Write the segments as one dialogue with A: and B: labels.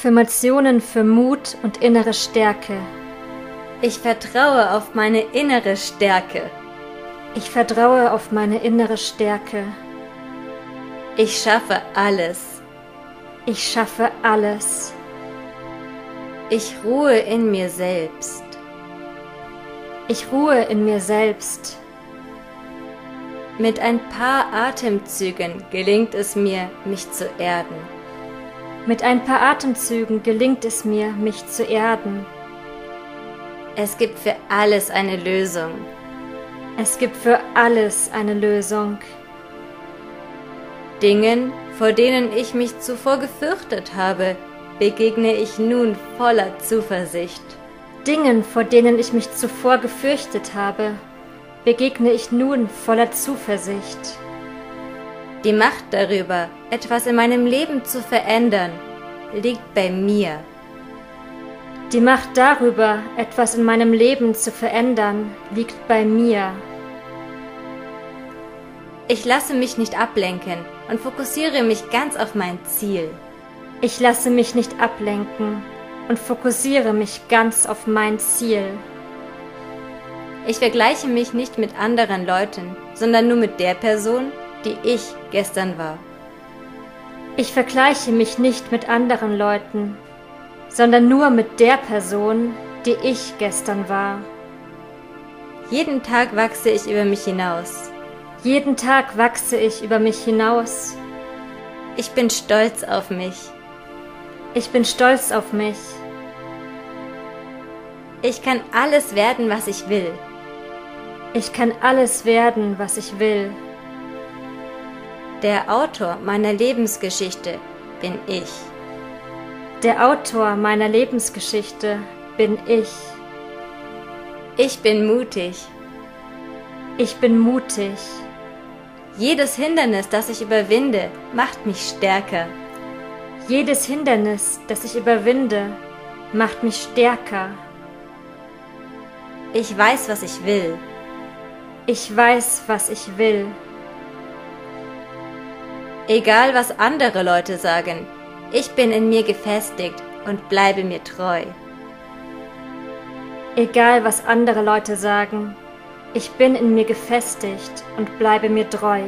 A: Affirmationen für Mut und innere Stärke.
B: Ich vertraue auf meine innere Stärke.
A: Ich vertraue auf meine innere Stärke.
B: Ich schaffe alles.
A: Ich schaffe alles.
B: Ich ruhe in mir selbst.
A: Ich ruhe in mir selbst.
B: Mit ein paar Atemzügen gelingt es mir, mich zu erden.
A: Mit ein paar Atemzügen gelingt es mir, mich zu erden.
B: Es gibt für alles eine Lösung.
A: Es gibt für alles eine Lösung.
B: Dingen, vor denen ich mich zuvor gefürchtet habe, begegne ich nun voller Zuversicht.
A: Dingen, vor denen ich mich zuvor gefürchtet habe, begegne ich nun voller Zuversicht.
B: Die Macht darüber, etwas in meinem Leben zu verändern, liegt bei mir.
A: Die Macht darüber, etwas in meinem Leben zu verändern, liegt bei mir.
B: Ich lasse mich nicht ablenken und fokussiere mich ganz auf mein Ziel.
A: Ich lasse mich nicht ablenken und fokussiere mich ganz auf mein Ziel.
B: Ich vergleiche mich nicht mit anderen Leuten, sondern nur mit der Person, die ich gestern war.
A: Ich vergleiche mich nicht mit anderen Leuten, sondern nur mit der Person, die ich gestern war.
B: Jeden Tag wachse ich über mich hinaus.
A: Jeden Tag wachse ich über mich hinaus.
B: Ich bin stolz auf mich.
A: Ich bin stolz auf mich.
B: Ich kann alles werden, was ich will.
A: Ich kann alles werden, was ich will.
B: Der Autor meiner Lebensgeschichte bin ich.
A: Der Autor meiner Lebensgeschichte bin ich.
B: Ich bin mutig.
A: Ich bin mutig.
B: Jedes Hindernis, das ich überwinde, macht mich stärker.
A: Jedes Hindernis, das ich überwinde, macht mich stärker.
B: Ich weiß, was ich will.
A: Ich weiß, was ich will.
B: Egal, was andere Leute sagen, ich bin in mir gefestigt und bleibe mir treu.
A: Egal, was andere Leute sagen, ich bin in mir gefestigt und bleibe mir treu.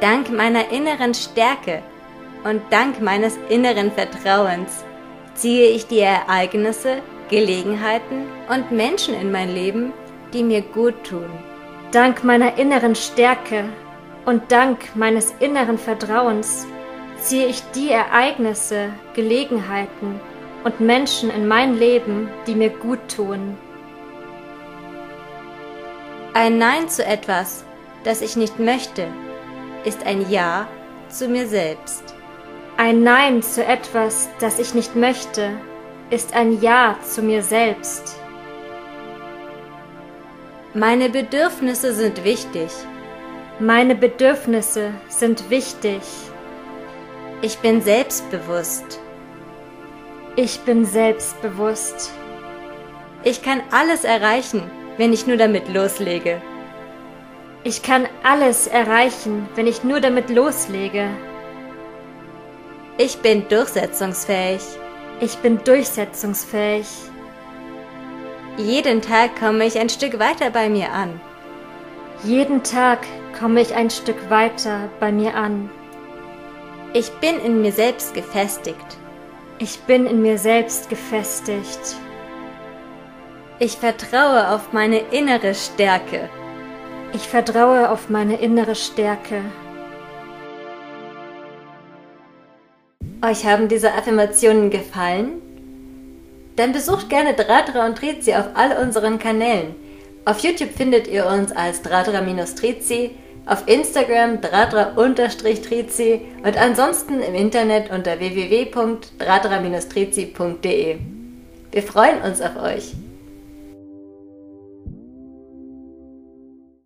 B: Dank meiner inneren Stärke und dank meines inneren Vertrauens ziehe ich die Ereignisse, Gelegenheiten und Menschen in mein Leben, die mir gut tun.
A: Dank meiner inneren Stärke und dank meines inneren Vertrauens ziehe ich die Ereignisse, Gelegenheiten und Menschen in mein Leben, die mir gut tun.
B: Ein Nein zu etwas, das ich nicht möchte, ist ein Ja zu mir selbst.
A: Ein Nein zu etwas, das ich nicht möchte, ist ein Ja zu mir selbst.
B: Meine Bedürfnisse sind wichtig.
A: Meine Bedürfnisse sind wichtig.
B: Ich bin selbstbewusst.
A: Ich bin selbstbewusst.
B: Ich kann alles erreichen, wenn ich nur damit loslege.
A: Ich kann alles erreichen, wenn ich nur damit loslege.
B: Ich bin durchsetzungsfähig.
A: Ich bin durchsetzungsfähig.
B: Jeden Tag komme ich ein Stück weiter bei mir an.
A: Jeden Tag komme ich ein Stück weiter bei mir an.
B: Ich bin in mir selbst gefestigt.
A: Ich bin in mir selbst gefestigt.
B: Ich vertraue auf meine innere Stärke.
A: Ich vertraue auf meine innere Stärke.
B: Euch haben diese Affirmationen gefallen? Dann besucht gerne Dratra und Trizi auf all unseren Kanälen. Auf YouTube findet ihr uns als Dratra-Trizi, auf Instagram Dratra-Trizi und ansonsten im Internet unter www.dratra-trizi.de. Wir freuen uns auf euch!